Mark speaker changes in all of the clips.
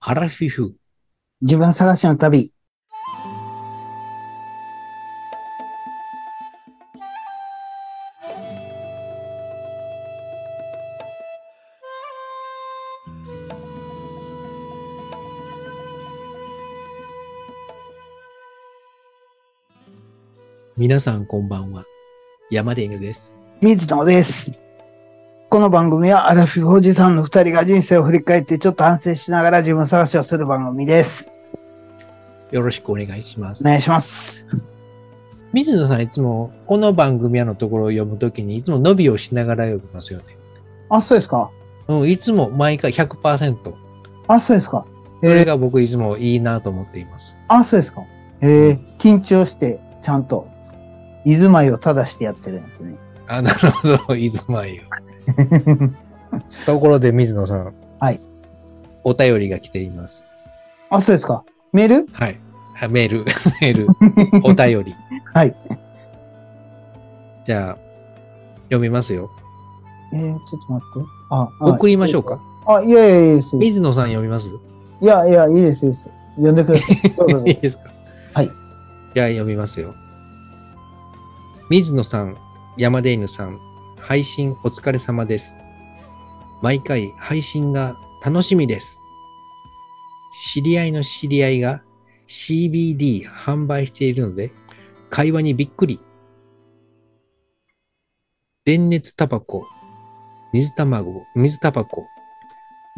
Speaker 1: アラフィフ。
Speaker 2: 自分探しの旅。
Speaker 1: 皆さんこんばんは。山で犬です。
Speaker 2: 水野です。この番組はアラフィフおじさんの二人が人生を振り返ってちょっと反省しながら自分探しをする番組です。
Speaker 1: よろしくお願いしま
Speaker 2: お
Speaker 1: す。
Speaker 2: 願いします。
Speaker 1: 水野さんいつもこの番組やのところを読むときにいつも伸びをしながら読みますよね。
Speaker 2: あ、そうですか
Speaker 1: うん、いつも毎回100%。こ
Speaker 2: あ、そうですかえ
Speaker 1: れ
Speaker 2: ー、
Speaker 1: が僕いつもいいなと思っています。
Speaker 2: あ、そうですかえー、緊張して、ちゃんと、居住まいを正してやってるんですね。
Speaker 1: あ、なるほど。いつまいよ。ところで水野さん。
Speaker 2: はい。
Speaker 1: お便りが来ています。
Speaker 2: あ、そうですかメール
Speaker 1: はい。あメ ール、メール、お便り。
Speaker 2: はい。
Speaker 1: じゃあ、読みますよ。
Speaker 2: えー、ちょっと待って。あ、あ
Speaker 1: 送りましょう。か。
Speaker 2: あ、いやいやいやいいです。い
Speaker 1: 水野さん読みます
Speaker 2: やいや、いいです、いいです。呼んでください。どうぞど う
Speaker 1: いい
Speaker 2: ぞ
Speaker 1: ですか
Speaker 2: はい。
Speaker 1: じゃあ読みますよ。水野さん、山出犬さん、配信お疲れ様です。毎回配信が楽しみです。知り合いの知り合いが CBD 販売しているので、会話にびっくり。電熱タバコ、水卵、水タバコ、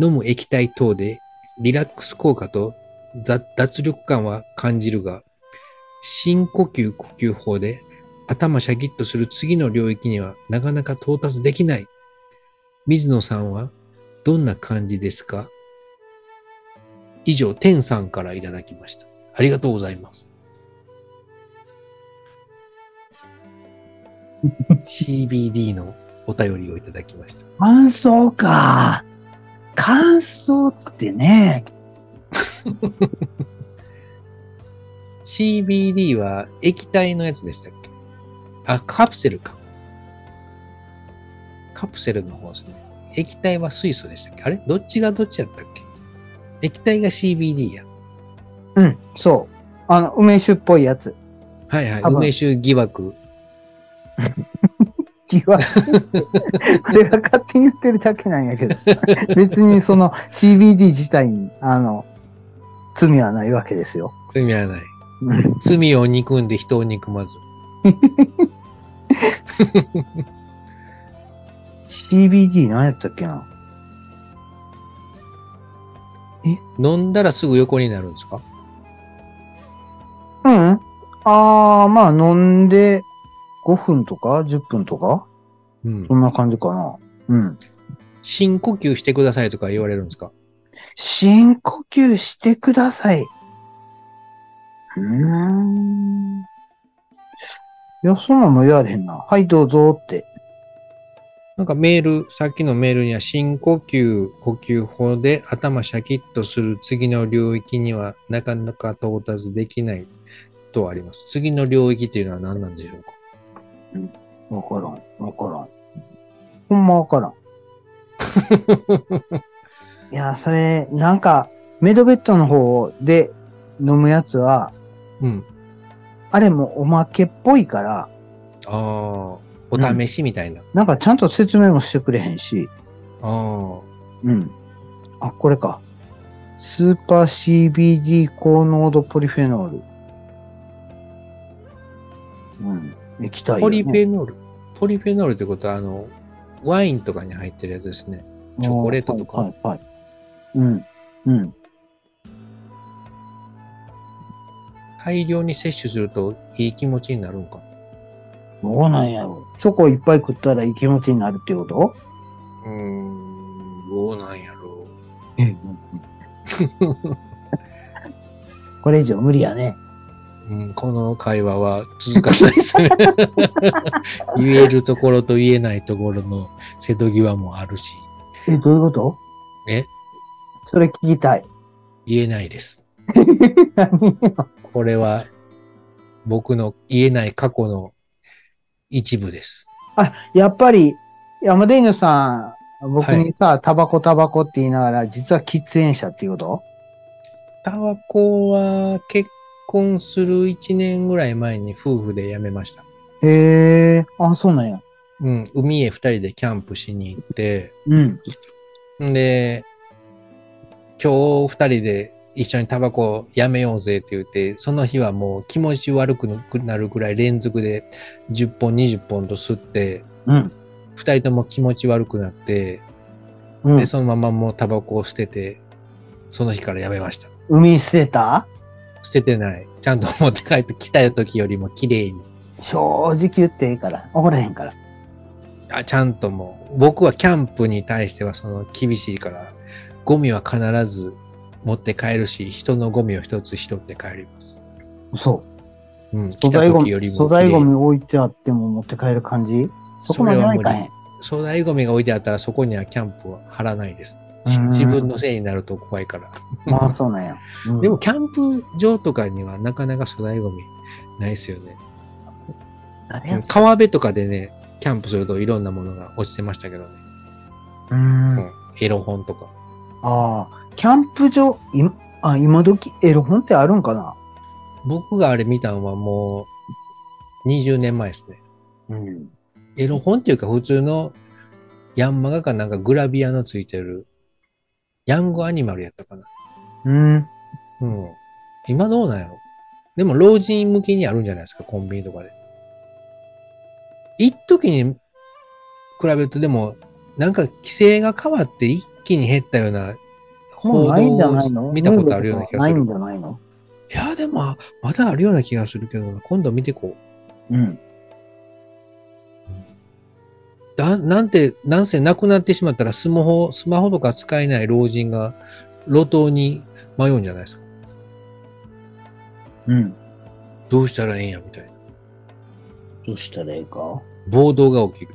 Speaker 1: 飲む液体等でリラックス効果と雑脱力感は感じるが、深呼吸呼吸法で頭シャキッとする次の領域にはなかなか到達できない。水野さんはどんな感じですか以上、天さんからいただきました。ありがとうございます。CBD のお便りをいただきました。
Speaker 2: 感想か。感想ってね。
Speaker 1: CBD は液体のやつでしたっけあ、カプセルか。カプセルの方ですね。液体は水素でしたっけあれどっちがどっちやったっけ液体が CBD や。
Speaker 2: うん、そう。あの、梅酒っぽいやつ。
Speaker 1: はいはい。
Speaker 2: 多分
Speaker 1: 梅酒疑惑。
Speaker 2: 気 は。俺が勝手に言ってるだけなんやけど。別にその CBD 自体に、あの、罪はないわけですよ。
Speaker 1: 罪はない。罪を憎んで人を憎まず。
Speaker 2: CBD 何やったっけな
Speaker 1: 飲んだらすぐ横になるんですか
Speaker 2: うん。あー、まあ飲んで5分とか10分とか
Speaker 1: うん
Speaker 2: そ。んな感じかな。うん。
Speaker 1: 深呼吸してくださいとか言われるんですか
Speaker 2: 深呼吸してください。うーん。いや、そんなんも言われへんな。はい、どうぞって。
Speaker 1: なんかメール、さっきのメールには深呼吸、呼吸法で頭シャキッとする次の領域にはなかなか到達できないとあります。次の領域というのは何なんでしょうか
Speaker 2: わからん、わからん。ほんまわからん。 いや、それ、なんか、メドベッドの方で飲むやつは、
Speaker 1: うん。
Speaker 2: あれもおまけっぽいから、
Speaker 1: ああ、お試しみたいな。
Speaker 2: なんかちゃんと説明もしてくれへんし、
Speaker 1: あ
Speaker 2: うん。あ、これか。スーパー CBD 高濃度ポリフェノール。うん。液
Speaker 1: あ、ポ
Speaker 2: 体よ、
Speaker 1: リ
Speaker 2: ね。
Speaker 1: フェノール。ポリフェノールってことは、あの、ワインとかに入ってるやつですね。チョコレートとか
Speaker 2: はい、はい、はい。うん。うん。
Speaker 1: 大量に摂取するといい気持ちになるんか。
Speaker 2: どうなんやろ。チョコいっぱい食ったらいい気持ちになるってこと
Speaker 1: うーん、どうなんやろ
Speaker 2: うん。これ以上無理やね。
Speaker 1: う。うん、この会話は続かないですね。言えるところと言えないところの瀬戸際もあるし、
Speaker 2: え、どういうこと
Speaker 1: え
Speaker 2: それ聞きたい。
Speaker 1: 言えないです。
Speaker 2: 何よ
Speaker 1: これは僕の言えない過去の一部です。
Speaker 2: あ、やっぱり、山田犬さん、僕にさ、タバコタバコって言いながら、実は喫煙者っていうこと
Speaker 1: タバコは結婚する1年ぐらい前に夫婦でやめました。
Speaker 2: ええあ、そうなんや。
Speaker 1: うん、海へ2人でキャンプしに行って、
Speaker 2: うん。
Speaker 1: んで、今日2人で一緒にタバコやめようぜって言って、その日はもう気持ち悪くなるぐらい連続で10本、20本と吸って、
Speaker 2: うん。
Speaker 1: 2人とも気持ち悪くなって、
Speaker 2: う
Speaker 1: で、
Speaker 2: ん。
Speaker 1: そのままもうタバコを捨てて、その日からやめました。
Speaker 2: 海捨てた
Speaker 1: 捨ててない。ちゃんと持って帰ってきた時よりも綺麗に。
Speaker 2: 正直言っていいから。怒らへんから。
Speaker 1: あちゃんともう、僕はキャンプに対してはその厳しいから、ゴミは必ず持って帰るし、人のゴミを一つ拾って帰ります。
Speaker 2: そう。
Speaker 1: うん、
Speaker 2: 粗大ゴ
Speaker 1: 来た時よ
Speaker 2: ミ、
Speaker 1: りも
Speaker 2: 粗大ゴ
Speaker 1: 綺麗
Speaker 2: ミ置いてあっても持って帰る感じそこまで
Speaker 1: それは
Speaker 2: はい
Speaker 1: 無理
Speaker 2: かへん。
Speaker 1: 粗大ゴミが置いてあったらそこにはキャンプは張らないです
Speaker 2: うん。
Speaker 1: 自分のせいになると怖いから。
Speaker 2: まあそうなんや。うん
Speaker 1: でも、キャンプ場とかにはなかなか粗大ゴミないですよね。
Speaker 2: 誰
Speaker 1: う
Speaker 2: や
Speaker 1: ん川辺とかでね、キャンプするといろんなものが落ちてましたけどね。
Speaker 2: うん。
Speaker 1: うんエロ本とか。
Speaker 2: ああ、キャンプ場、いあ今時エロ本ってあるんかな
Speaker 1: 僕があれ見たのはもう20年前ですね。
Speaker 2: うん。
Speaker 1: エロ本っていうか普通のヤンマガかなんかグラビアのついてるヤングアニマルやったかな。
Speaker 2: うん。
Speaker 1: うん。今どうなんやろでも老人向けにあるんじゃないですか、コンビニとかで。一時に比べるとでも、なんか規制が変わって一気に減ったような、
Speaker 2: もうないんじゃないの
Speaker 1: 見たことあるような気がす
Speaker 2: ない
Speaker 1: る
Speaker 2: ん。じゃないの
Speaker 1: いや、でも、まだあるような気がするけどな、今度見てこう。
Speaker 2: うん。
Speaker 1: だなんて、なんせ亡くなってしまったらスマホ、スマホとか使えない老人が路頭に迷うんじゃないですか。
Speaker 2: うん。
Speaker 1: どうしたらええんや、みたいな。
Speaker 2: どうしたらいいか
Speaker 1: 暴動が起きる。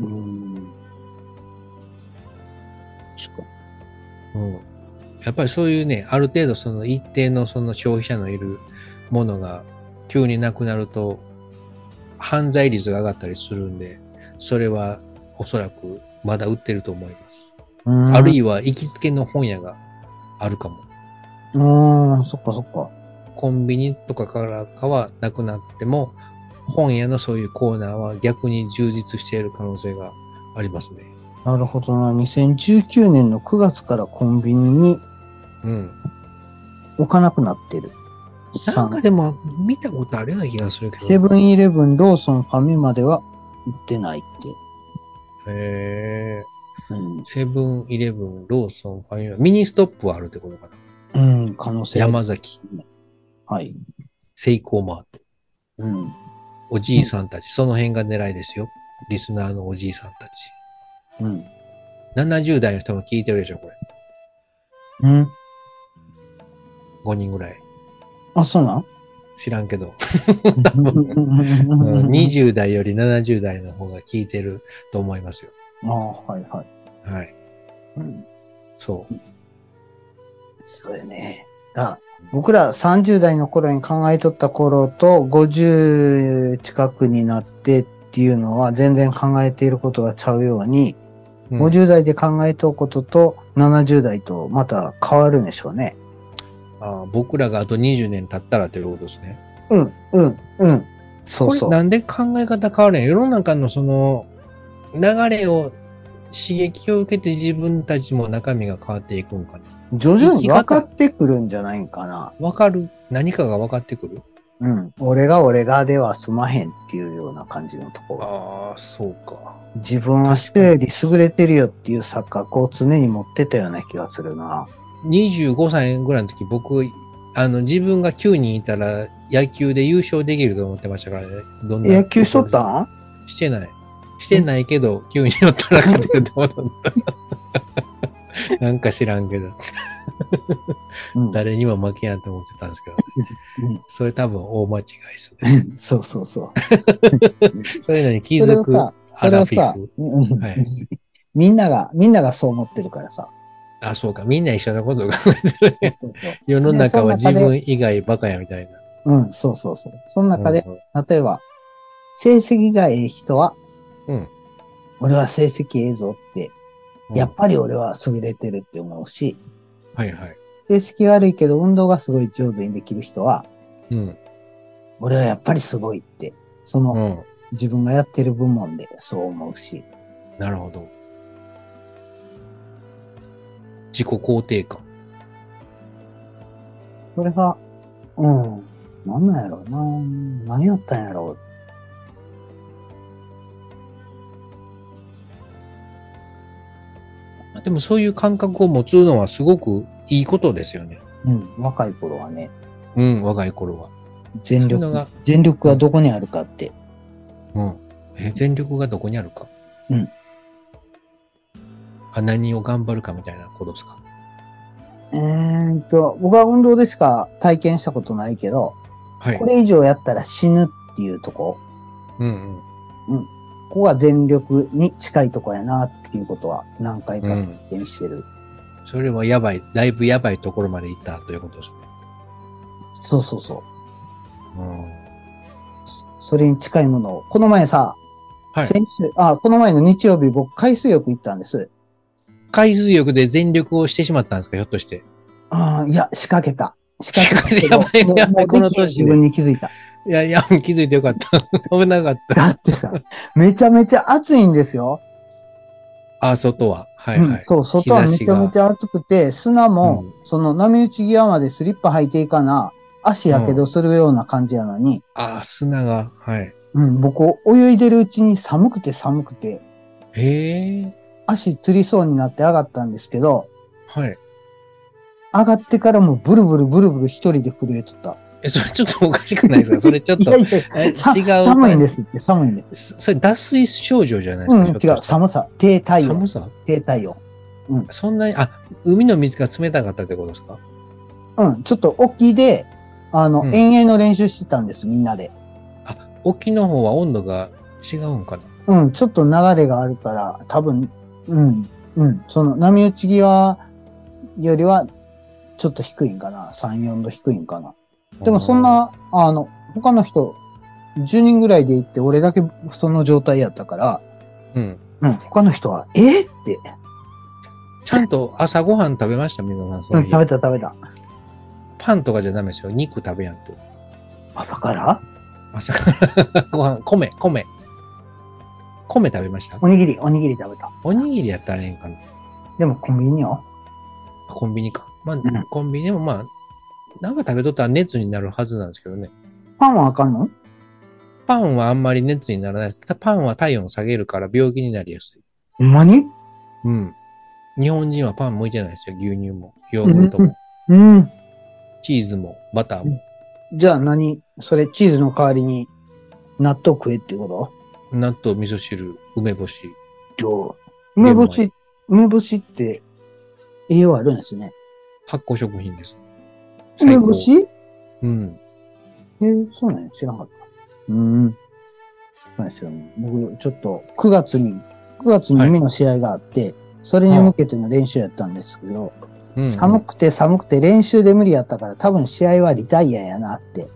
Speaker 2: うん。確か
Speaker 1: うん。やっぱりそういうね、ある程度その一定のその消費者のいるものが急になくなると、犯罪率が上がったりするんで、それはおそらくまだ売ってると思います。
Speaker 2: うん
Speaker 1: あるいは行きつけの本屋があるかも。
Speaker 2: うん、そっかそっか。
Speaker 1: コンビニとかからかはなくなっても、本屋のそういうコーナーは逆に充実している可能性がありますね。
Speaker 2: なるほどな。2019年の9月からコンビニに
Speaker 1: うん。
Speaker 2: 置かなくなってる。
Speaker 1: なん
Speaker 2: さ
Speaker 1: かでも見たことあるような気がするけど。
Speaker 2: セブンイレブン、ローソン、ファミマでは売ってないって。
Speaker 1: へ
Speaker 2: うん
Speaker 1: ー。セブンイレブン、ローソン、ファミマ、ミニストップはあるってことかな。
Speaker 2: うん、可能性。
Speaker 1: 山崎、
Speaker 2: はい。
Speaker 1: セイコーマート、
Speaker 2: うん。
Speaker 1: おじいさんたち、その辺が狙いですよ。リスナーのおじいさんたち。
Speaker 2: うん。
Speaker 1: 70代の人も聞いてるでしょ、これ。
Speaker 2: うん。
Speaker 1: 5人ぐらい。
Speaker 2: あ、そ うなん
Speaker 1: 知らんけど。うん
Speaker 2: 20
Speaker 1: 20代より70代の方が効いてると思いますよ。
Speaker 2: あはいはい。
Speaker 1: はい。
Speaker 2: うん。
Speaker 1: そう。
Speaker 2: そうやね。だ僕ら30代の頃に考えとった頃と50近くになってっていうのは全然考えていることがちゃうように、
Speaker 1: うん
Speaker 2: 50代で考えとうことと70代とまた変わるんでしょうね。
Speaker 1: あー僕らがあと20年経ったらということですね。
Speaker 2: うん、うん、うん。そうそ
Speaker 1: これ
Speaker 2: う。
Speaker 1: なんで考え方変わるんや世の中のその流れを刺激を受けて自分たちも中身が変わっていくんかな。
Speaker 2: 徐々
Speaker 1: 生
Speaker 2: に
Speaker 1: き方
Speaker 2: 分かってくるんじゃないんかな。
Speaker 1: わかる何かが分かってくる
Speaker 2: うん。俺が俺がでは済まへんっていうような感じのところが。
Speaker 1: ああ、そうか。
Speaker 2: 自分は人より優れてるよっていう錯覚を常に持ってたような気がするな。
Speaker 1: 25歳ぐらいの時僕、あの自分が9人いたら野球で優勝できると思ってましたからね。どんな
Speaker 2: 野球しとったん
Speaker 1: してない。してないけど、急に乗ったら 勝てると思った。なんか知らんけど、
Speaker 2: うん
Speaker 1: 誰にも負けやんと思ってたんですけど、
Speaker 2: うん
Speaker 1: それ多分大間違いですね。
Speaker 2: そうそうそう。
Speaker 1: そういうのに気
Speaker 2: それ
Speaker 1: づ
Speaker 2: を
Speaker 1: く
Speaker 2: さ、それを
Speaker 1: アラ
Speaker 2: さ
Speaker 1: フィフ、
Speaker 2: うんうん
Speaker 1: はい
Speaker 2: みんなが、みんながそう思ってるからさ。
Speaker 1: あ、そうか、みんな一緒なことを考えてる
Speaker 2: そう
Speaker 1: ね。
Speaker 2: そうそう。
Speaker 1: 世の中は
Speaker 2: でそ
Speaker 1: 自
Speaker 2: の中で
Speaker 1: 分以外バカやみたいな。
Speaker 2: うん、そうそうそう。その中で、
Speaker 1: うん
Speaker 2: 例えば、成績がええ人は、
Speaker 1: うん
Speaker 2: 俺は成績ええぞって、やっぱり俺は優れてるって思うし、
Speaker 1: はいはい。
Speaker 2: 成績悪いけど運動がすごい上手にできる人は、
Speaker 1: うん。
Speaker 2: 俺はやっぱりすごいって、そうの
Speaker 1: ん。
Speaker 2: 自分がやってる部門でそう思うし、
Speaker 1: なるほど。自己肯定感。
Speaker 2: それが、うん、なんなんやろうな、何やったんやろ
Speaker 1: まあでもそういう感覚を持つのはすごくいいことですよね。
Speaker 2: う。うん、若い頃はね、
Speaker 1: うん、若い頃は。
Speaker 2: 全
Speaker 1: そういうの
Speaker 2: 力
Speaker 1: が、
Speaker 2: 全力はどこにあるかって、
Speaker 1: うん。え、全力がどこにあるか。
Speaker 2: うん。
Speaker 1: あ、何を頑張るかみたいなことですか。
Speaker 2: えーっと、僕は運動でしか体験したことないけど、
Speaker 1: はい
Speaker 2: こ。れ以上やったら死ぬっていうとこ、
Speaker 1: うん
Speaker 2: ここが全力に近いとこやなっていうことは何回
Speaker 1: う
Speaker 2: か
Speaker 1: ん。う
Speaker 2: 経
Speaker 1: ん。
Speaker 2: 験してる。
Speaker 1: それはやばい、だいぶやばいところまで行ったということですね。
Speaker 2: そうそうそう。
Speaker 1: うん。
Speaker 2: それに近いものを。この前さ、
Speaker 1: はい。
Speaker 2: 先週、あ、この前の日曜日僕海水浴行ったんです。
Speaker 1: 海水浴で全力をしてしまったんですか、ひょっとして。
Speaker 2: ああ、いや、仕掛けた。仕掛けたけ
Speaker 1: 仕
Speaker 2: ど。
Speaker 1: 掛けた
Speaker 2: もう
Speaker 1: やばいやばい
Speaker 2: も
Speaker 1: こ
Speaker 2: う
Speaker 1: の
Speaker 2: できへん
Speaker 1: 年で
Speaker 2: 自分に気づいた。
Speaker 1: いやい や、気づいてよかった。危なかった。
Speaker 2: だってさ、めちゃめちゃ暑いんですよ。
Speaker 1: あ、外は。はいはい。
Speaker 2: うん、そう、外はめちゃめちゃ暑くて、砂も、
Speaker 1: うん
Speaker 2: その波打ち際までスリッパ履いていかな、足やけどするような感じやのに、
Speaker 1: あ、砂が。はい。
Speaker 2: うん、僕、泳いでるうちに寒くて寒くて、
Speaker 1: へえ。
Speaker 2: 足つりそうになって上がったんですけど、
Speaker 1: はい。
Speaker 2: 上がってからもブルブルブルブル一人で震えとった。
Speaker 1: え、それちょっとおかしくないですかそれちょっ
Speaker 2: い
Speaker 1: と
Speaker 2: や。いや
Speaker 1: え
Speaker 2: さ
Speaker 1: 違う
Speaker 2: 寒いんですって、寒いんです。
Speaker 1: そそれ脱水症状じゃない
Speaker 2: うん、違
Speaker 1: ですか、
Speaker 2: う、寒さ、低体
Speaker 1: 寒
Speaker 2: 温、
Speaker 1: さ
Speaker 2: 低体温。
Speaker 1: そんなに、あ、海の水が冷たかったってことですか
Speaker 2: うん、ちょっと沖で、あの、
Speaker 1: うん
Speaker 2: 遠泳の練習してたんです、みんなで。
Speaker 1: 沖の方は温度が違うんかな
Speaker 2: うん、ちょっと流れがあるから、多分、うん、うん、その波打ち際よりは、ちょっと低いんかな、3、4度低いんかな。でもそん、な、あの、他の人、10人ぐらいで行って、俺だけその状態やったから、
Speaker 1: うん。
Speaker 2: うん、他の人は、えって、
Speaker 1: ちゃんと朝ごはん食べました、皆さん。そ
Speaker 2: う
Speaker 1: の
Speaker 2: ん、
Speaker 1: 日
Speaker 2: 食べた食べた。
Speaker 1: パンとかじゃダメですよ。肉食べやんと。
Speaker 2: 朝から
Speaker 1: 朝から ご飯、米、米。米食べました
Speaker 2: おにぎり、おにぎり食べた。
Speaker 1: おにぎりやったらええんかな
Speaker 2: でもコンビニよ。
Speaker 1: コンビニか。まあ、
Speaker 2: ん
Speaker 1: コンビニでもまあ、なんか食べとったら熱になるはずなんですけどね。
Speaker 2: パンはあかんの
Speaker 1: パンはあんまり熱にならないです。たパンは体温下げるから病気になりやすい。
Speaker 2: ほんまに
Speaker 1: うん。日本人はパン向いてないですよ。牛乳も、ヨーグルトも、
Speaker 2: んうん。
Speaker 1: チーズも、バターも。
Speaker 2: じゃあ何それチーズの代わりに納豆食えってこ
Speaker 1: 納豆、味噌汁、梅干し。
Speaker 2: と量。梅干し、梅干しって栄養あるんですね。
Speaker 1: 発酵食品です。
Speaker 2: 梅
Speaker 1: 最高
Speaker 2: 干し
Speaker 1: うん。
Speaker 2: えーそうなんや。知らなかった。うん。そうですよね。僕、ちょっと9月に、9月に海の試合があって、それに向けての練習やったんですけど、
Speaker 1: うん、
Speaker 2: 寒くて寒くて練習で無理やったから、多分試合はリタイアやなって、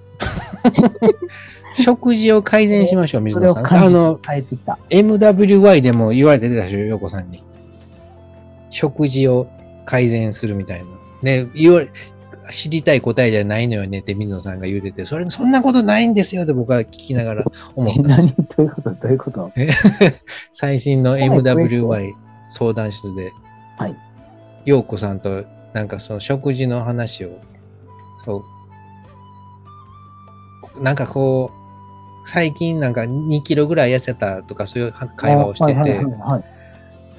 Speaker 1: 食事を改善しましょう、水野さん。
Speaker 2: それを感
Speaker 1: あ
Speaker 2: じ
Speaker 1: の、
Speaker 2: 帰ってきた。
Speaker 1: MWY でも言われてたでしょ、ヨコさんに。食事を改善するみたいな。ね、言われ、知りたい答えじゃないのよねって水野さんが言うてて、それ、そんなことないんですよって僕は聞きながら思った
Speaker 2: え
Speaker 1: んですよ
Speaker 2: 何どういうことどういうこと
Speaker 1: 最新の
Speaker 2: い
Speaker 1: MWY 相談室で、
Speaker 2: はい。
Speaker 1: 陽子さんと、なんかその食事の話を、そう、なんかこう、最近なんか2キロぐらい痩せたとかそういう会話をしてて、
Speaker 2: はいはいはいは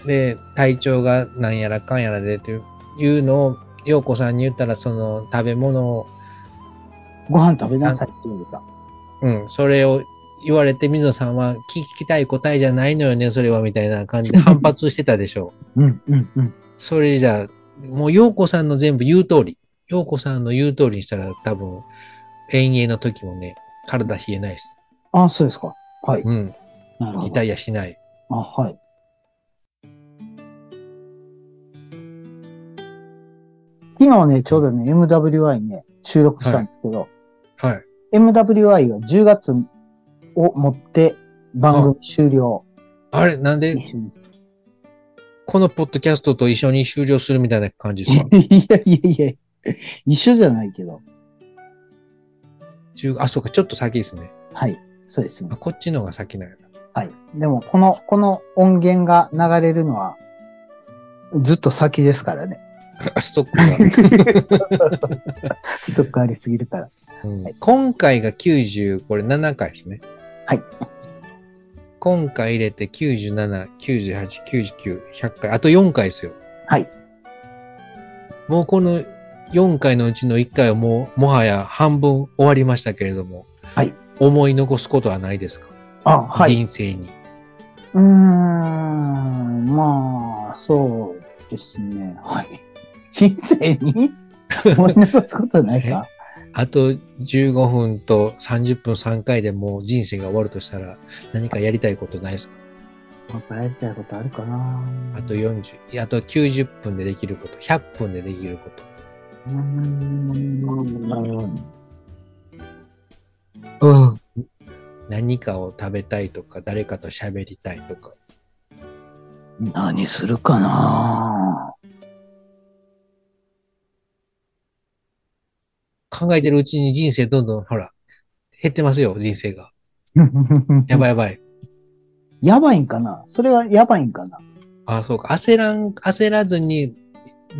Speaker 2: い。
Speaker 1: で、体調がなんやらかんやらでっていうのを、陽子さんに言ったら、その食べ物を、
Speaker 2: ご飯食べなさいって言われた。
Speaker 1: うん、それを言われて、水野さんは聞きたい答えじゃないのよね、それは、みたいな感じで反発してたでしょう。
Speaker 2: うん、うん、うん。
Speaker 1: それじゃあ、もう陽子さんの全部言う通り、陽子さんの言う通りにしたら多分、遠泳の時もね、体冷えないです。
Speaker 2: あ、そうですか。はい。
Speaker 1: うん。
Speaker 2: なるほ
Speaker 1: リ
Speaker 2: ど
Speaker 1: タ。イアしない。
Speaker 2: あ、はい。昨日ね、ちょうどね、MWI ね、収録したんですけど、
Speaker 1: はい。
Speaker 2: MWI は10月をもって番組終了
Speaker 1: あれ、なんで
Speaker 2: 一、緒に。
Speaker 1: このポッドキャストと一緒に終了するみたいな感じですか
Speaker 2: いやいやいや一緒じゃないけど。
Speaker 1: 中あ、そうか、ちょっと先ですね。
Speaker 2: はい。そうです
Speaker 1: あ
Speaker 2: ね。
Speaker 1: こっちの方が先なんやな。
Speaker 2: はい。でも、この、この音源が流れるのは、ずっと先ですからね。
Speaker 1: あストック が。
Speaker 2: すっごいありすぎるから。
Speaker 1: うん今回が90、これ7回ですね。
Speaker 2: はい。
Speaker 1: 今回入れて97、98、99、100回。あと4回ですよ。
Speaker 2: はい。
Speaker 1: もうこの4回のうちの1回はもう、もはや半分終わりましたけれども。
Speaker 2: はい。
Speaker 1: 思い残すことはないですか、
Speaker 2: あ、はい。
Speaker 1: 人生に。
Speaker 2: うーん、まあ、そうですね。はい。人生 に思い残すことないか。
Speaker 1: あと15分と30分3回でもう人生が終わるとしたら何かやりたいことないですか
Speaker 2: なんかやりたいことあるかな
Speaker 1: あと40、いやあと90分でできること、100分でできること。
Speaker 2: うーん。うん。
Speaker 1: 何かを食べたいとか、誰かと喋りたいとか。
Speaker 2: 何するかな
Speaker 1: 考えてるうちに人生どんどん、ほら、減ってますよ、人生が。やばいやばい。
Speaker 2: やばいんかなそれはやばいんかな
Speaker 1: ああ、そうか。焦らん、焦らずに、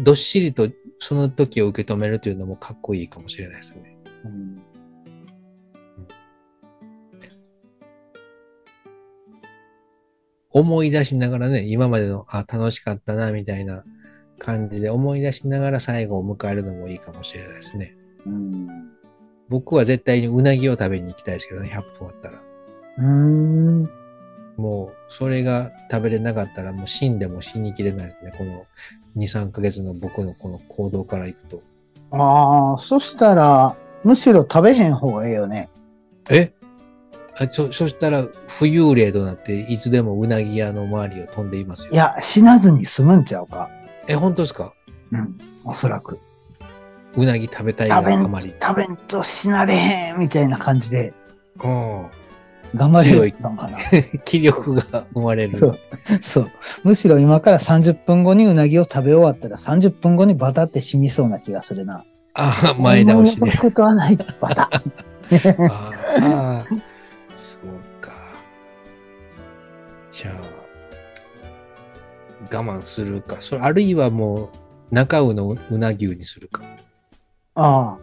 Speaker 1: どっしりとその時を受け止めるというのもかっこいいかもしれないですね。
Speaker 2: うん
Speaker 1: 思い出しながらね、今までの、あ、楽しかったな、みたいな感じで思い出しながら最後を迎えるのもいいかもしれないですね。
Speaker 2: うん。
Speaker 1: 僕は絶対にうなぎを食べに行きたいですけどね、100分あったら。
Speaker 2: うーん。
Speaker 1: もう、それが食べれなかったら、もう死んでも死にきれないですね。この2、3ヶ月の僕のこの行動からいくと。
Speaker 2: ああ、そしたら、むしろ食べへん方がええよね。
Speaker 1: えあそ、そしたら、浮遊霊となって、いつでもうなぎ屋の周りを飛んでいますよ。
Speaker 2: い。や、死なずに済むんちゃうか。
Speaker 1: え、本当ですか
Speaker 2: うん。おそらく。
Speaker 1: うなぎ食べたいが
Speaker 2: 食べ
Speaker 1: あま
Speaker 2: ん、
Speaker 1: り。
Speaker 2: 食べんと死なれへんみたいな感じで、
Speaker 1: うん。
Speaker 2: 頑張れ
Speaker 1: 強い
Speaker 2: るのかな。
Speaker 1: 気力が生まれる。
Speaker 2: そう。そう。むしろ今から30分後にうなぎを食べ終わったら30分後にバタって死にそうな気がするな。
Speaker 1: あ前倒し
Speaker 2: 思
Speaker 1: で
Speaker 2: い残。すことはない。バタ。
Speaker 1: ああ、そうか。じゃあ、我慢するか。それ、あるいはもう、中尾のうな牛にするか。
Speaker 2: あ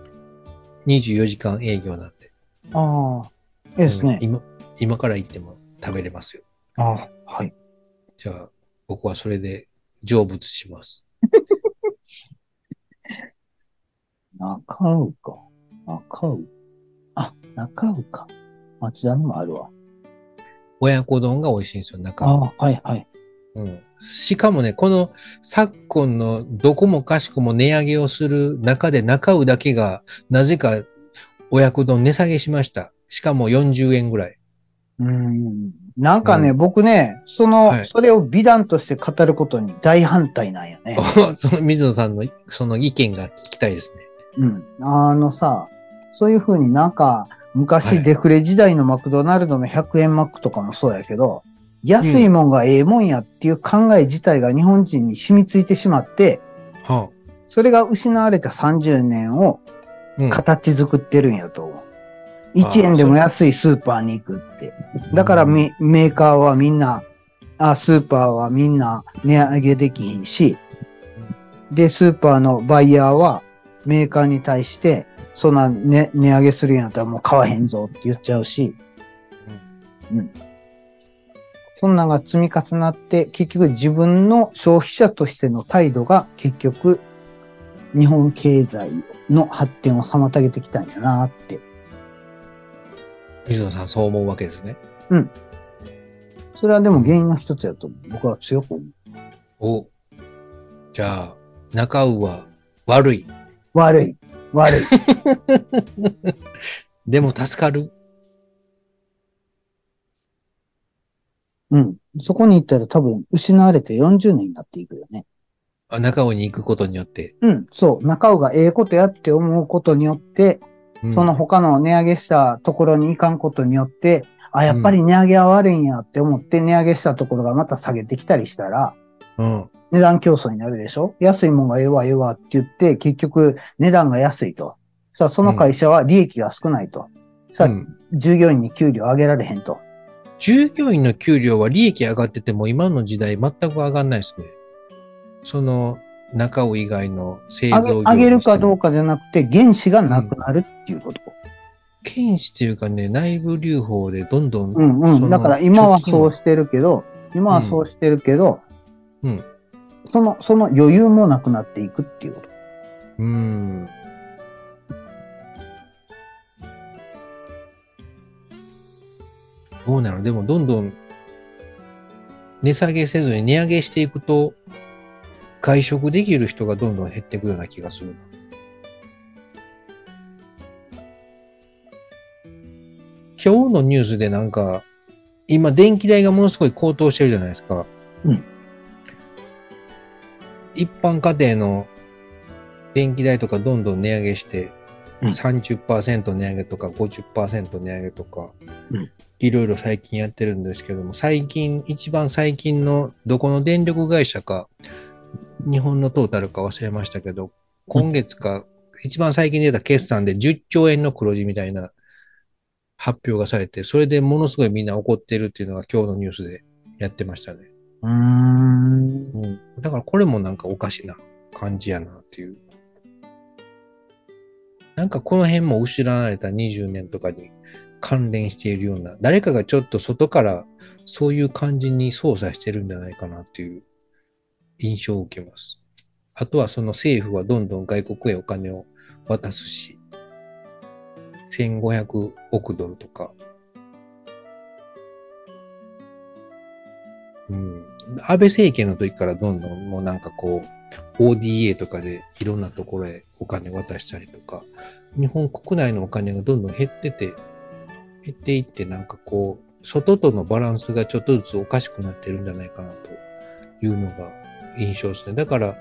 Speaker 1: 24時間営業なんで。
Speaker 2: あ。ああ。いいですね
Speaker 1: うん。今、今から行っても食べれますよ。
Speaker 2: ああ。はい。
Speaker 1: じゃあ、僕はそれで成仏します。
Speaker 2: 中尾か。中尾。あ、中尾か。町田にもあるわ。
Speaker 1: 親子丼が美味しいんですよ、中尾。
Speaker 2: ああ、はいはい。
Speaker 1: うん、しかもね、この昨今のどこもかしこも値上げをする中で中尾だけがなぜか親子丼値下げしました。しかも40円ぐらい。
Speaker 2: うん。なんかね、
Speaker 1: う
Speaker 2: 僕ね、その、
Speaker 1: はい
Speaker 2: それを美談として語ることに大反対なんよね。
Speaker 1: その水野さんのその意見が聞きたいですね。
Speaker 2: うん。あのさ、そういうふうになんか、
Speaker 1: は
Speaker 2: 昔
Speaker 1: い
Speaker 2: デフレ時代のマクドナルドの100円マックとかもそうやけど、安いもんがええもんやっていう考え自体が日本人に染みついてしまって、
Speaker 1: は
Speaker 2: それが失われた30年を
Speaker 1: あ、うん
Speaker 2: 形作ってるんやと思う。1円でも安いスーパーに行くって。だからメメーカーはみんな、あ、スーパーはみんな値上げできひんし、で、スーパーのバイヤーはメーカーに対して、そんな、ね、値上げするんやったらもう買わへんぞって言っちゃうし、そんなんが積み重なって、結局自分の消費者としての態度が結局、日本経済の発展を妨げてきたんやなって。
Speaker 1: 水野さんそう思うわけですね。
Speaker 2: それはでも原因の一つやと僕は強く思う。
Speaker 1: おじゃあ、中尾は悪い。
Speaker 2: 悪い。 悪い。
Speaker 1: でも助かる。
Speaker 2: うん。そこに行ったら多分失われて40年になっていくよね。
Speaker 1: あ中尾に行くことによって。
Speaker 2: うん。そう。中尾がええことやって思うことによって、
Speaker 1: うん
Speaker 2: その他の値上げしたところに行かんことによって、あ、やっぱり値上げは悪いんやって思って値上げしたところがまた下げてきたりしたら、
Speaker 1: うん。
Speaker 2: 値段競争になるでしょ安いもんがええわ、ええわって言って、結局値段が安いと。さあ、その会社は利益が少ないと。さあ、
Speaker 1: うん
Speaker 2: 従業員に給料上げられへんと。
Speaker 1: 従業員の給料は利益上がってても今の時代全く上がんないですね。その中尾以外の製造
Speaker 2: 上
Speaker 1: 業
Speaker 2: げ上げるかどう
Speaker 1: か。
Speaker 2: かじゃなくて、原資がなくなるっていうこと。
Speaker 1: 検視というかね、内部留保でどんどん、
Speaker 2: うんう
Speaker 1: その
Speaker 2: ん。だから今は
Speaker 1: 貯金
Speaker 2: そうしてるけど、今はそうしてるけど、
Speaker 1: うん
Speaker 2: その、その余裕もなくなっていくっていうこと。
Speaker 1: うん、どうなのでもどんどん値下げせずに値上げしていくと、外食できる人がどんどん減っていくような気がする。今日のニュースでなんか、今電気代がものすごい高騰してるじゃないですか。
Speaker 2: うん
Speaker 1: 一般家庭の電気代とかどんどん値上げして、
Speaker 2: うん
Speaker 1: 30%値上げとか50%値上げとか
Speaker 2: うん、
Speaker 1: いろいろ最近やってるんですけども、最近、一番最近のどこの電力会社か、日本のトータルか忘れましたけど、今月か、一番最近出た決算で10兆円の黒字みたいな発表がされて、それでものすごいみんな怒ってるっていうのが今日のニュースでやってましたね。
Speaker 2: うーん。
Speaker 1: うん、だからこれもなんかおかしな感じやなっていう。なんかこの辺も失われた20年とかに関連しているような、誰かがちょっと外からそういう感じに操作してるんじゃないかなっていう印象を受けます。あとはその政府はどんどん外国へお金を渡すし、1500億ドルとか。うん。安倍政権の時からどんどんもうなんかこう、ODA とかでいろんなところへお金渡したりとか、日本国内のお金がどんどん減ってて、減っていってなんかこう、外とのバランスがちょっとずつおかしくなってるんじゃないかなというのが印象ですね。だから、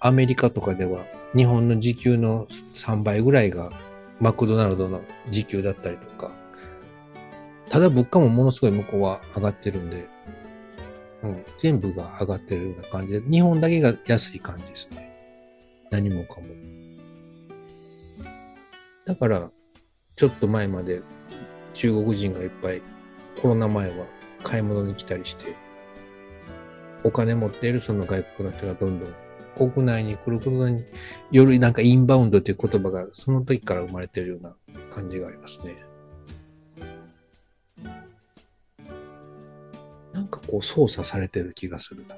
Speaker 1: アメリカとかでは日本の時給の3倍ぐらいがマクドナルドの時給だったりとか、ただ物価もものすごい向こうは上がってるんで、うん、全部が上がってるような感じで、日本だけが安い感じですね。何もかも。だから、ちょっと前まで中国人がいっぱいコロナ前は買い物に来たりして、お金持っているその外国の人がどんどん国内に来ることによりなんかインバウンドという言葉がその時から生まれてるような感じがありますね。なんかこう操作されてる気がするな。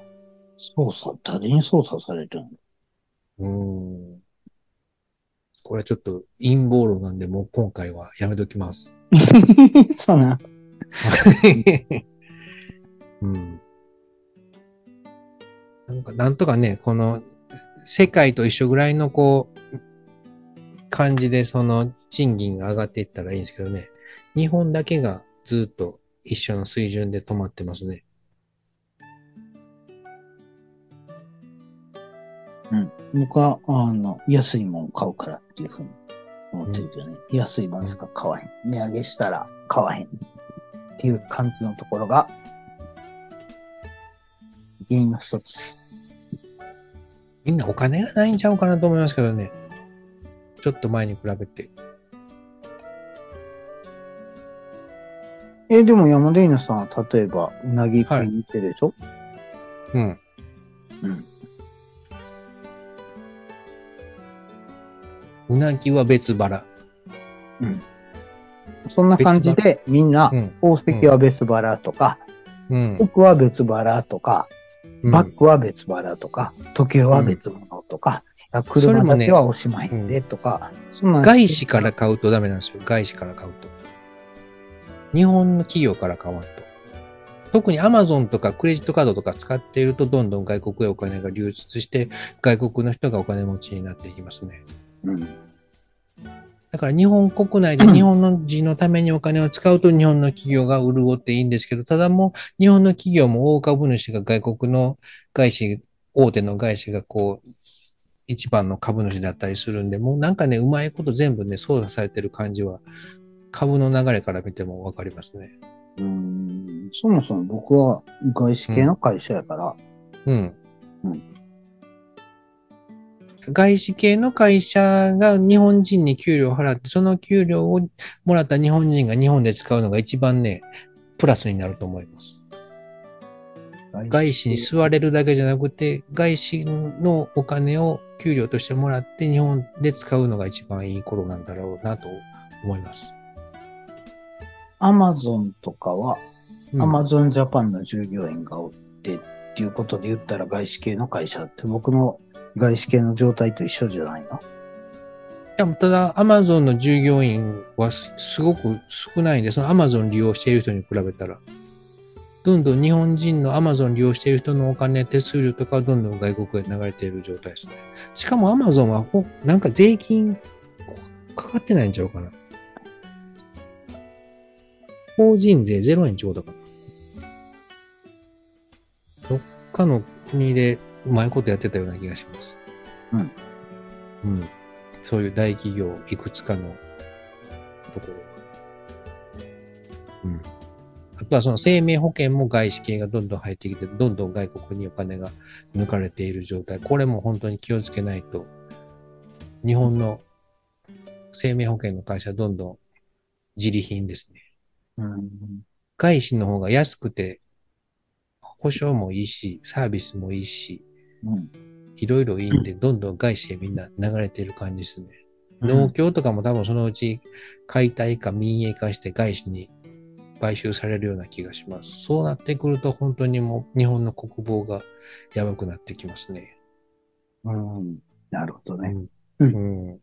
Speaker 2: 操作、誰に操作されてるの
Speaker 1: うーん。これはちょっと陰謀論なんで、もう今回はやめときます。
Speaker 2: そうなん。
Speaker 1: うん。なんか、なんとかね、この、世界と一緒ぐらいの、こう、感じで、その、賃金が上がっていったらいいんですけどね。日本だけがずっと一緒の水準で止まってますね。
Speaker 2: 僕は、あの、安いもん買うからっていうふうに思ってるけどね。安いもんしか買わへん。値上げしたら買わへん。っていう感じのところが、原因の一つ。
Speaker 1: みんなお金がないんちゃうかなと思いますけどね。ちょっと前に比べて。
Speaker 2: え、でも山田稲さんは例えば、うなぎ食いに行ってるでしょ、
Speaker 1: うん。うなぎは別腹。
Speaker 2: そんな感じで、みんな
Speaker 1: う、ん。
Speaker 2: 宝石は別腹とか、
Speaker 1: うん。
Speaker 2: 服は別腹とか、
Speaker 1: うん
Speaker 2: バッグは別腹とか、時計は別物とか、いや
Speaker 1: それ
Speaker 2: 車
Speaker 1: も
Speaker 2: だ
Speaker 1: ね
Speaker 2: けはおしまいでとか、そんなん
Speaker 1: 外資から買うとダメなんですよ。外資から買うと。日本の企業から買わんと。特に Amazon とかクレジットカードとか使っていると、どんどん外国へお金が流出して、外国の人がお金持ちになっていきますね。
Speaker 2: うん
Speaker 1: だから日本国内で
Speaker 2: うん
Speaker 1: 日本の人のためにお金を使うと日本の企業が潤っていいんですけど、ただもう日本の企業も大株主が外国の外資、大手の外資がこう、一番の株主だったりするんで、もうなんかね、うまいこと全部ね、操作されてる感じは、株の流れから見てもわかりますね。
Speaker 2: うーんそもそも僕は外資系の会社やから、
Speaker 1: うん。
Speaker 2: う
Speaker 1: 外資系の会社が日本人に給料を払って、その給料をもらった日本人が日本で使うのが一番ね、プラスになると思います。外資に座れるだけじゃなくて、外資のお金を給料としてもらって、日本で使うのが一番いい頃なんだろうなと思います。
Speaker 2: アマゾンとかは、
Speaker 1: うん
Speaker 2: アマゾンジャパンの従業員がおってっていうことで言ったら外資系の会社って僕の外資系の状態と一緒じゃないの
Speaker 1: でもただ、アマゾンの従業員はすすごく少ないんで、そのアマゾン利用している人に比べたら、どんどん日本人のアマゾン利用している人のお金、手数料とかはどんどん外国へ流れている状態ですね。しかもアマゾンはほ、なんか税金かかってないんちゃうかな。法人税0円ちょうだかな。どっかの国でうまいことやってたような気がします。うん。うん。そういう大企業、いくつかのところ。うん。あとはその生命保険も外資系がどんどん入ってきて、どんどん外国にお金が抜かれている状態。これも本当に気をつけないと、日本の生命保険の会社どんどん自利品ですね。
Speaker 2: うん。
Speaker 1: 外資の方が安くて、保証もいいし、サービスもいいし、
Speaker 2: うん。
Speaker 1: いろいろいいんで、どんどん外資へみんな流れてる感じですね。
Speaker 2: う
Speaker 1: 農
Speaker 2: ん
Speaker 1: 協とかも多分そのうち解体か民営化して外資に買収されるような気がします。そうなってくると本当にもう日本の国防がやばくなってきますね。
Speaker 2: うん。なるほどね。
Speaker 1: う
Speaker 2: うん
Speaker 1: ん。うん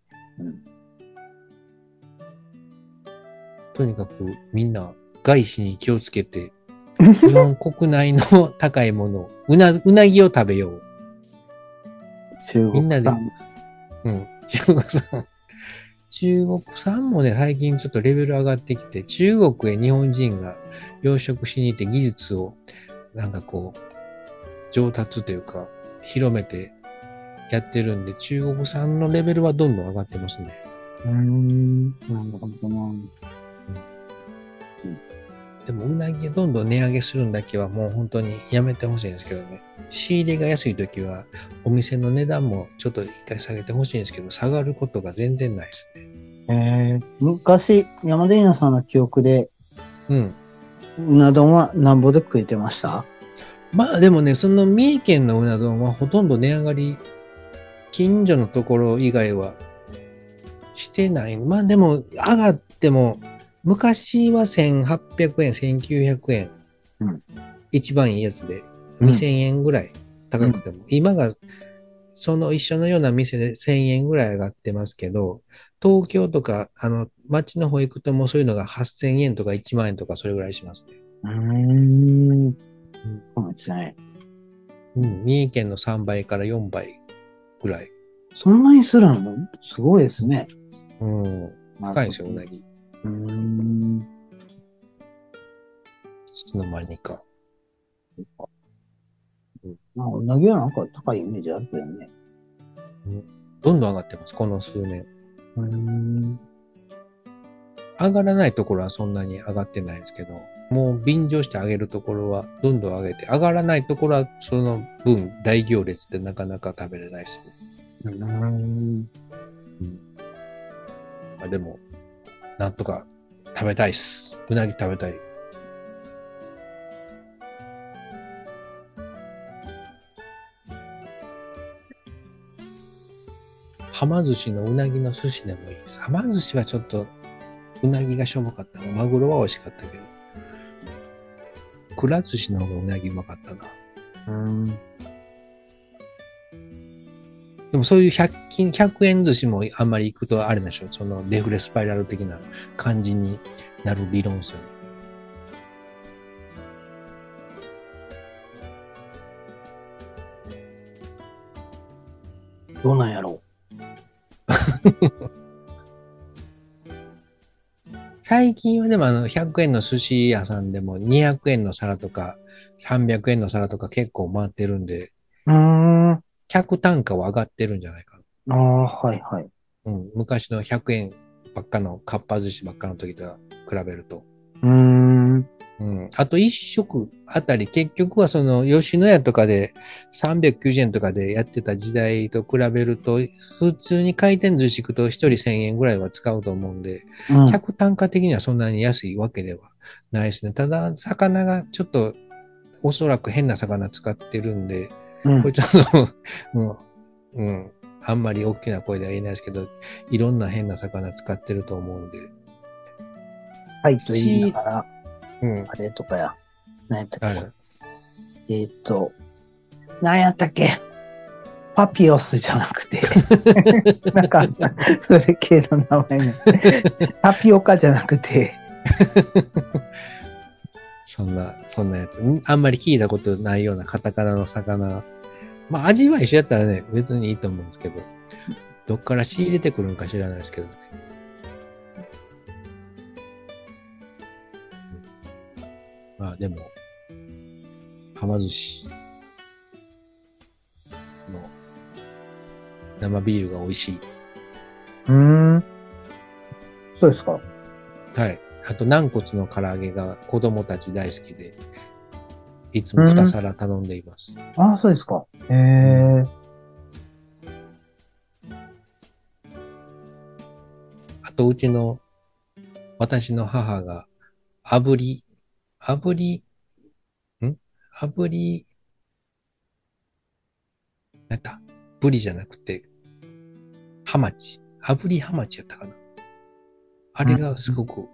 Speaker 1: とにかくみんな外資に気をつけて、日本国内の高いものを、うな、うなぎを食べよう。
Speaker 2: 中
Speaker 1: みんなで
Speaker 2: 国産。
Speaker 1: うん。中国産。中国産もね、最近ちょっとレベル上がってきて、中国へ日本人が養殖しに行って技術を、なんかこう、上達というか、広めてやってるんで、中国産のレベルはどんどん上がってますね。
Speaker 2: うん。なるほどな。
Speaker 1: でも、うなぎどんどん値上げするんだけはもう本当にやめてほしいんですけどね。仕入れが安い時は、お店の値段もちょっと一回下げてほしいんですけど、下がることが全然ないですね。
Speaker 2: えー昔、山田稲さんの記憶で、
Speaker 1: うん。
Speaker 2: うな丼はなんぼで食えてました
Speaker 1: まあでもね、その三重県のうな丼はほとんど値上がり、近所のところ以外はしてない。まあでも、上がっても、昔は1800円、1900円。
Speaker 2: うん
Speaker 1: 一番いいやつで、
Speaker 2: うん
Speaker 1: 2000円ぐらい高くても。今が、その一緒のような店で1000円ぐらい上がってますけど、東京とか、あの、町の方行くともうそういうのが8000円とか1万円とかそれぐらいしますね。
Speaker 2: うん。そうですね。
Speaker 1: うん、三重県の3倍から4倍ぐらい。
Speaker 2: そんなにするのすごいですね。
Speaker 1: うん、高いんですよ、うなぎ。い
Speaker 2: うん。
Speaker 1: つの間にか。
Speaker 2: まあ、うなぎはなんか高いイメージあるけどね。
Speaker 1: どんどん上がってます、この数年。
Speaker 2: うん。
Speaker 1: 上がらないところはそんなに上がってないですけど、もう便乗して上げるところはどんどん上げて、上がらないところはその分大行列でなかなか食べれないですね。
Speaker 2: うん。
Speaker 1: まあ、でも、なんとか食べたいっす。うなぎ食べたい。はま寿司のうなぎの寿司でもいいです。はま寿司はちょっとうなぎがしょぼかったな。マグロは美味しかったけど。くら寿司の方がうなぎうまかったな。でもそういう100均、100円寿司もあんまり行くとあれなんでしょう。そのデフレスパイラル的な感じになる理論ですよね。
Speaker 2: どうなんやろ
Speaker 1: 最近はでもあの100円の寿司屋さんでも200円の皿とか300円の皿とか結構回ってるんで、
Speaker 2: う。うん。あ
Speaker 1: 客単価は上がってるんじゃないか
Speaker 2: あ、はいはい。
Speaker 1: な。うん。昔の100円ばっかのかっぱ寿司ばっかの時と比べると。
Speaker 2: うん。
Speaker 1: うん、あと1食あたり、結局はその吉野家とかで390円とかでやってた時代と比べると、普通に回転寿司行くと1人1000円ぐらいは使うと思うんで、
Speaker 2: うん
Speaker 1: 客単価的にはそんなに安いわけではないですね。ただ、魚がちょっと、おそらく変な魚使ってるんで、
Speaker 2: うん
Speaker 1: これちょっと もう、うん、あんまり大きな声では言えないですけど、いろんな変な魚使ってると思うんで、
Speaker 2: はいと言いながら、
Speaker 1: うん。
Speaker 2: あれとかや。何やった
Speaker 1: あ
Speaker 2: っけ、
Speaker 1: る
Speaker 2: えーっと、何やったっけパピオスじゃなく て。なんか、それ系の名前ね。タピオカじゃなくて。
Speaker 1: そんな、そんなやつ。んあんまり聞いたことないようなカタカナの魚。まあ、味は一緒やったらね、別にいいと思うんですけど、どっから仕入れてくるのか知らないですけどね。まあ、でも、はま寿司の生ビールが美味しい。
Speaker 2: うーん。そうですか。
Speaker 1: はい。あと、軟骨の唐揚げが子供たち大好きで、いつも2皿頼んでいます。
Speaker 2: ああ、そうですか。へえ。
Speaker 1: あと、うちの、私の母が、炙り、炙り、ん炙り、なんだ、ブリじゃなくて、ハマチ。炙りハマチやったかな。あれがすごく、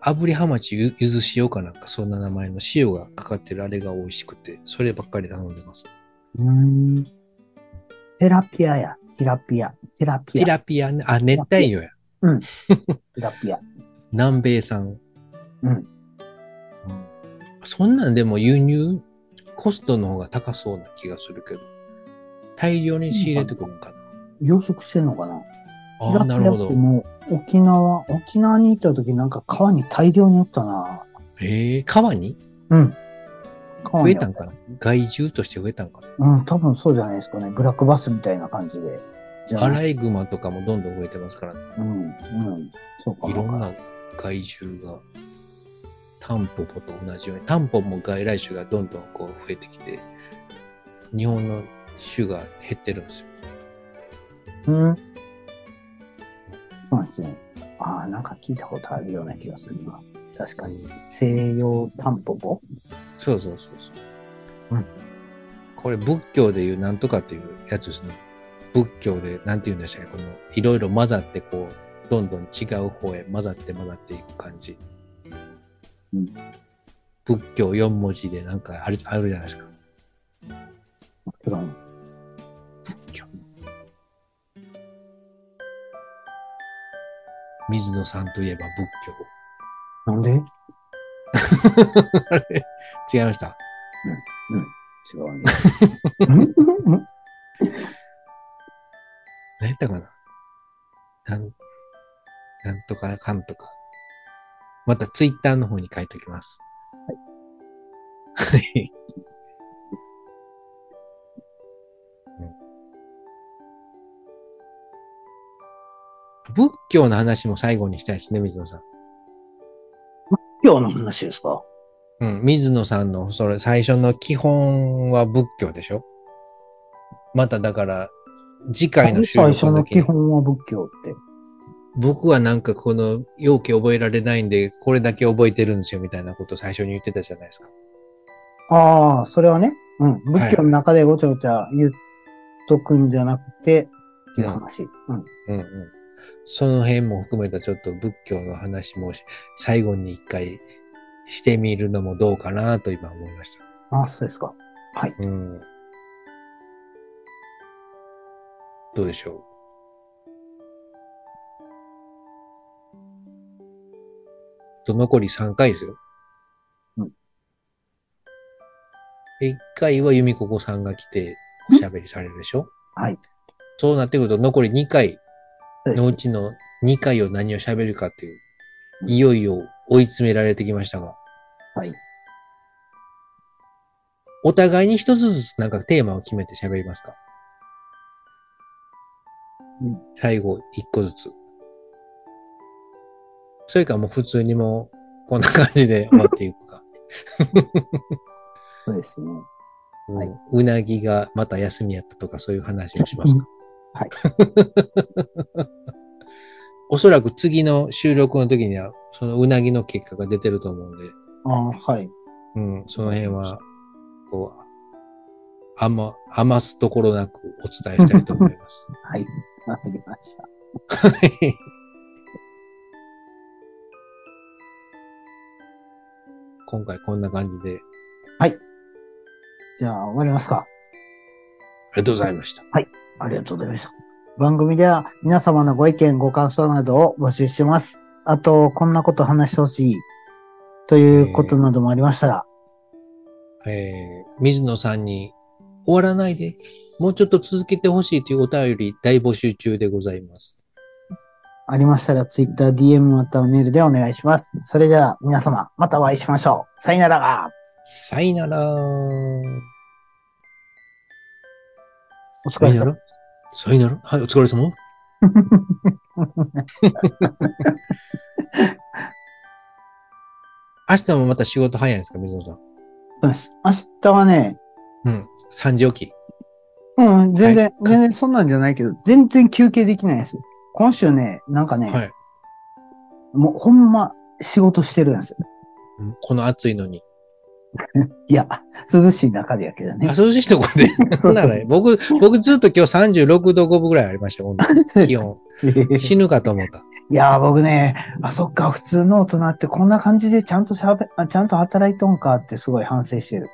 Speaker 1: 炙りハマチゆゆず塩かなんか、そんな名前の塩がかかってるあれが美味しくて、そればっかり頼んでます。
Speaker 2: うーん。テラピアや。テラピア。テラピア。
Speaker 1: テラピアね、あ、熱帯魚や。
Speaker 2: テラピア。
Speaker 1: 南米産。
Speaker 2: うん
Speaker 1: うんそんなんでも輸入コストの方が高そうな気がするけど、大量に仕入れてくるんかな。
Speaker 2: 養殖してんのかな
Speaker 1: ああー、なるほ
Speaker 2: テラピアって
Speaker 1: ど。
Speaker 2: もう沖縄、沖縄に行った時なんか川に大量におったな。
Speaker 1: ええ川に
Speaker 2: うん。川
Speaker 1: 増
Speaker 2: に
Speaker 1: えたんかな害獣として増えたんかな
Speaker 2: うん、多分そうじゃないですかね。ブラックバスみたいな感じで。じゃ
Speaker 1: ア
Speaker 2: な
Speaker 1: ラ
Speaker 2: い。
Speaker 1: イグマとかもどんどん増えてますから、ね、
Speaker 2: うん、うん。そうか
Speaker 1: い
Speaker 2: も
Speaker 1: ろん
Speaker 2: か。
Speaker 1: な害獣が、タンポポと同じように、タンポポも外来種がどんどんこう増えてきて、日本の種が減ってるんですよ。
Speaker 2: うん。そうなんですね。ああ、なんか聞いたことあるような気がするな。確かに。西洋タンポポ
Speaker 1: そうそうそうそう。
Speaker 2: うん
Speaker 1: これ仏教でいうなんとかっていうやつですね。仏教でなんて言うんでしたっけこのいろいろ混ざってこう、どんどん違う方へ混ざって混ざっていく感じ。
Speaker 2: うん
Speaker 1: 仏教4文字でなんかあるあるじゃないですか。
Speaker 2: もちろん。
Speaker 1: 水野さんといえば
Speaker 2: なんで違
Speaker 1: 仏教。 あれ違いました。
Speaker 2: うん だ。うんうん
Speaker 1: 何やったかななん、なんとかかんとか。またツイッターの方に書いておきます。はい。うん仏教の話も最後にしたいですね、水野さん。
Speaker 2: 今日の話ですか
Speaker 1: うん、水野さんの、それ、最初の基本は仏教でしょまただから、次回の収
Speaker 2: 最
Speaker 1: 録
Speaker 2: 初の
Speaker 1: 時
Speaker 2: 基
Speaker 1: に
Speaker 2: 本は仏教って。
Speaker 1: 僕はなんかこの容器覚えられないんで、これだけ覚えてるんですよみたいなことを最初に言ってたじゃないですか。
Speaker 2: ああ、それはね。うん。仏教の中でごちゃごちゃ言っとくんじゃなくて、っていう話。うん。
Speaker 1: うんうん。その辺も含めたちょっと仏教の話もし最後に一回してみるのもどうかなと今思いまし
Speaker 2: ああ、そうですか。
Speaker 1: た。うん。どうでしょうと残り3回ですよ。
Speaker 2: うん
Speaker 1: で1回は由美子子さんが来ておしゃべりされるでしょ
Speaker 2: はい。
Speaker 1: そうなってくると残り2回
Speaker 2: そ
Speaker 1: の
Speaker 2: うです
Speaker 1: うちの2回を何を喋るかっていう、いよいよ追い詰められてきましたが、
Speaker 2: はい。
Speaker 1: お互いに一つずつなんかテーマを決めて喋りますか、
Speaker 2: うん
Speaker 1: 最後一個ずつ。それかもう普通にもうこんな感じで終わっていくか。
Speaker 2: そうですね。 はいう
Speaker 1: なぎがまた休みやったとかそういう話をしますか
Speaker 2: はい。
Speaker 1: おそらく次の収録の時には、そのうなぎの結果が出てると思うんで、
Speaker 2: あはい。
Speaker 1: うん、その辺は、こう、あま、余すところなくお伝えしたいと思います。
Speaker 2: はい。わかりました。
Speaker 1: はい。今回こんな感じで、
Speaker 2: じゃあ、終わりますか。
Speaker 1: ありがとうございました。
Speaker 2: ありがとうございました。番組では皆様のご意見、ご感想などを募集してます。あと、こんなこと話してほしいということなどもありましたら、
Speaker 1: えー、水野さんに終わらないで、もうちょっと続けてほしいというお便り大募集中でございます。
Speaker 2: ありましたら Twitter、DM またはメールでお願いします。それでは皆様、またお会いしましょう。さよなら。
Speaker 1: さよなら。
Speaker 2: お疲れ様。
Speaker 1: ら。さよなら。はい、お疲れ様。明日もまた仕事早いんですか、水野さん。
Speaker 2: そうです明日はね、
Speaker 1: うん。3時起き。
Speaker 2: うん、全然、
Speaker 1: はい
Speaker 2: 全然そんなんじゃないけど、全然休憩できないです。今週ね、なんかね、
Speaker 1: はい。
Speaker 2: もうほんま仕事してるんですよ。
Speaker 1: うんこの暑いのに。
Speaker 2: いや、涼しい中でやけど
Speaker 1: あ、
Speaker 2: ね。
Speaker 1: 涼しいとこで。
Speaker 2: そうそう
Speaker 1: そうだね。僕、僕ずっと今日36度5分ぐらいありましたよ、温 度気温。死ぬかと思った。
Speaker 2: いやー、僕ね、あ、そっか、普通の大人ってこんな感じでちゃんとしゃべ、あちゃんと働いとんかってすごい反省してる。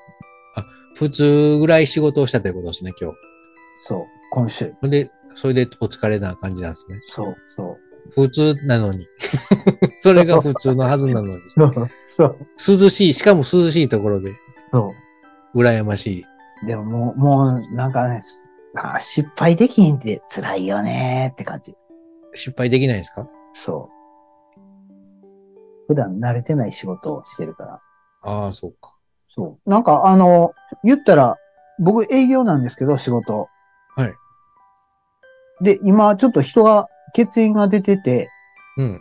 Speaker 1: 普通ぐらい仕事をしたということですね、今日。
Speaker 2: そう、今週。
Speaker 1: ほんで、それでお疲れな感じなんですね。
Speaker 2: そう、そう。
Speaker 1: 普通なのに。それが普通のはずなのに。
Speaker 2: そう、 そう、
Speaker 1: 涼しい、しかも涼しいところで、
Speaker 2: そ
Speaker 1: 羨ましい。
Speaker 2: う。でももう、もう、なんかね、あー失敗できんって辛いよねーって感じ。
Speaker 1: 失敗できないですか
Speaker 2: そう。普段慣れてない仕事をしてるから。
Speaker 1: ああ、そうか。
Speaker 2: そう。なんか、あの、言ったら、僕営業なんですけど、仕事。
Speaker 1: はい。
Speaker 2: で、今、ちょっと人が、欠員が出てて、
Speaker 1: うん。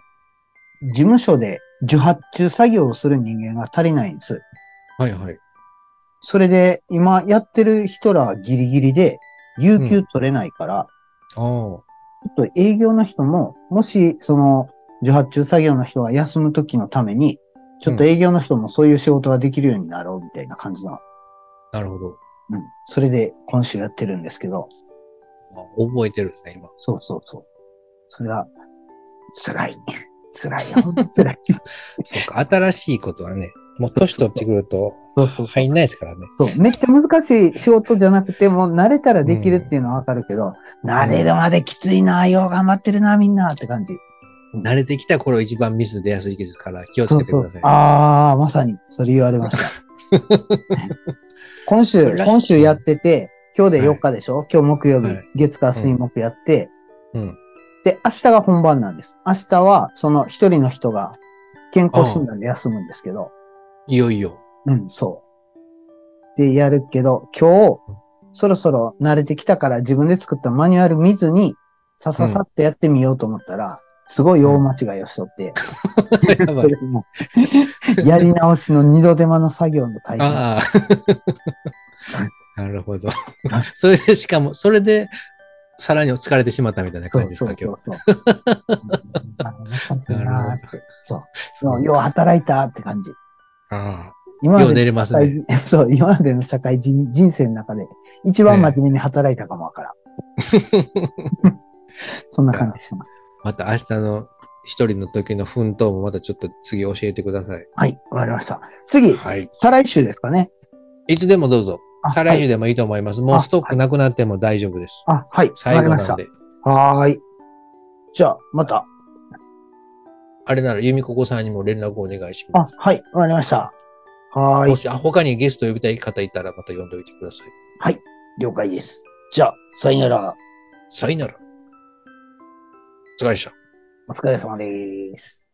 Speaker 2: 事務所で受発注作業をする人間が足りないんです。
Speaker 1: はいはい。
Speaker 2: それで、今やってる人らはギリギリで、有給取れないから、
Speaker 1: ああ。
Speaker 2: ちょっと営業の人も、もし、その、受発注作業の人が休む時のために、ちょっと営業の人もそういう仕事ができるようになろうみたいな感じの、
Speaker 1: なるほど。
Speaker 2: うん。それで今週やってるんですけど、
Speaker 1: あ覚えてるんですね、今。
Speaker 2: そうそうそう。それは、辛い。辛い。ほんと辛い。
Speaker 1: そうか。新しいことはね、もう年取ってくると
Speaker 2: そうそう
Speaker 1: 入んないですからね。
Speaker 2: そう。めっちゃ難しい仕事じゃなくて、もう慣れたらできるっていうのはわかるけど、慣れるまできついな、よう頑張ってるな、みんなって感じ。
Speaker 1: 慣れてきた頃一番ミス出やすいですから気をつ
Speaker 2: そ
Speaker 1: け
Speaker 2: う
Speaker 1: てく
Speaker 2: そ
Speaker 1: ださい。
Speaker 2: う。ああ、まさに、それ言われました。 今週、今週やってて、今日で4日でしょ、今日木曜日、
Speaker 1: はい
Speaker 2: 月火水木やって、
Speaker 1: うん。
Speaker 2: で、明日が本番なんです。明日は、その一人の人が健康診断で休むんですけど、
Speaker 1: いよいよ。
Speaker 2: うん、そう。で、やるけど、今日、そろそろ慣れてきたから自分で作ったマニュアル見ずに、さささっとやってみようと思ったら、すごい大間違いをしとって、
Speaker 1: やば
Speaker 2: そ
Speaker 1: い
Speaker 2: れ。も、やり直しの二度手間の作業の大変。
Speaker 1: ああ。 なるほど。それでしかも、それでさらに疲れてしまったみたいな
Speaker 2: そ
Speaker 1: 感じ
Speaker 2: う
Speaker 1: です
Speaker 2: そ
Speaker 1: か、
Speaker 2: う
Speaker 1: 今
Speaker 2: そうそう。うんあ難しいなーってそう。もうよう働いたって感じ。
Speaker 1: 日。あ
Speaker 2: 今ま
Speaker 1: よう寝
Speaker 2: で
Speaker 1: れ
Speaker 2: の
Speaker 1: ます
Speaker 2: 社会
Speaker 1: ね
Speaker 2: 人、そう、今までの社会人人生の中で、一番真面目に働いたかもわからん。
Speaker 1: あ
Speaker 2: そんな感じしてます。
Speaker 1: また明日の一人の時の奮闘もまたちょっと次教えてください。
Speaker 2: はい、わかりました。次、
Speaker 1: はい。
Speaker 2: 再来週ですかね。
Speaker 1: いつでもどうぞ。
Speaker 2: あ
Speaker 1: 再来週でもいいと思います。もうストックなくなっても大丈夫です。
Speaker 2: はいあ、はい、わ
Speaker 1: 最
Speaker 2: かり
Speaker 1: 後
Speaker 2: まし
Speaker 1: な
Speaker 2: た
Speaker 1: ん。で。
Speaker 2: はーい。じゃあ、また。
Speaker 1: あれなら、由美ここさんにも連絡お願いし
Speaker 2: あ
Speaker 1: ます。、
Speaker 2: はい、わかりました。はー
Speaker 1: も
Speaker 2: い、
Speaker 1: し、あ他にゲスト呼びたい方いたらまた呼んでおいてください。
Speaker 2: 了解です。じゃあ、さよなら。
Speaker 1: さよなら。お疲れ様でした。
Speaker 2: お疲れ様です。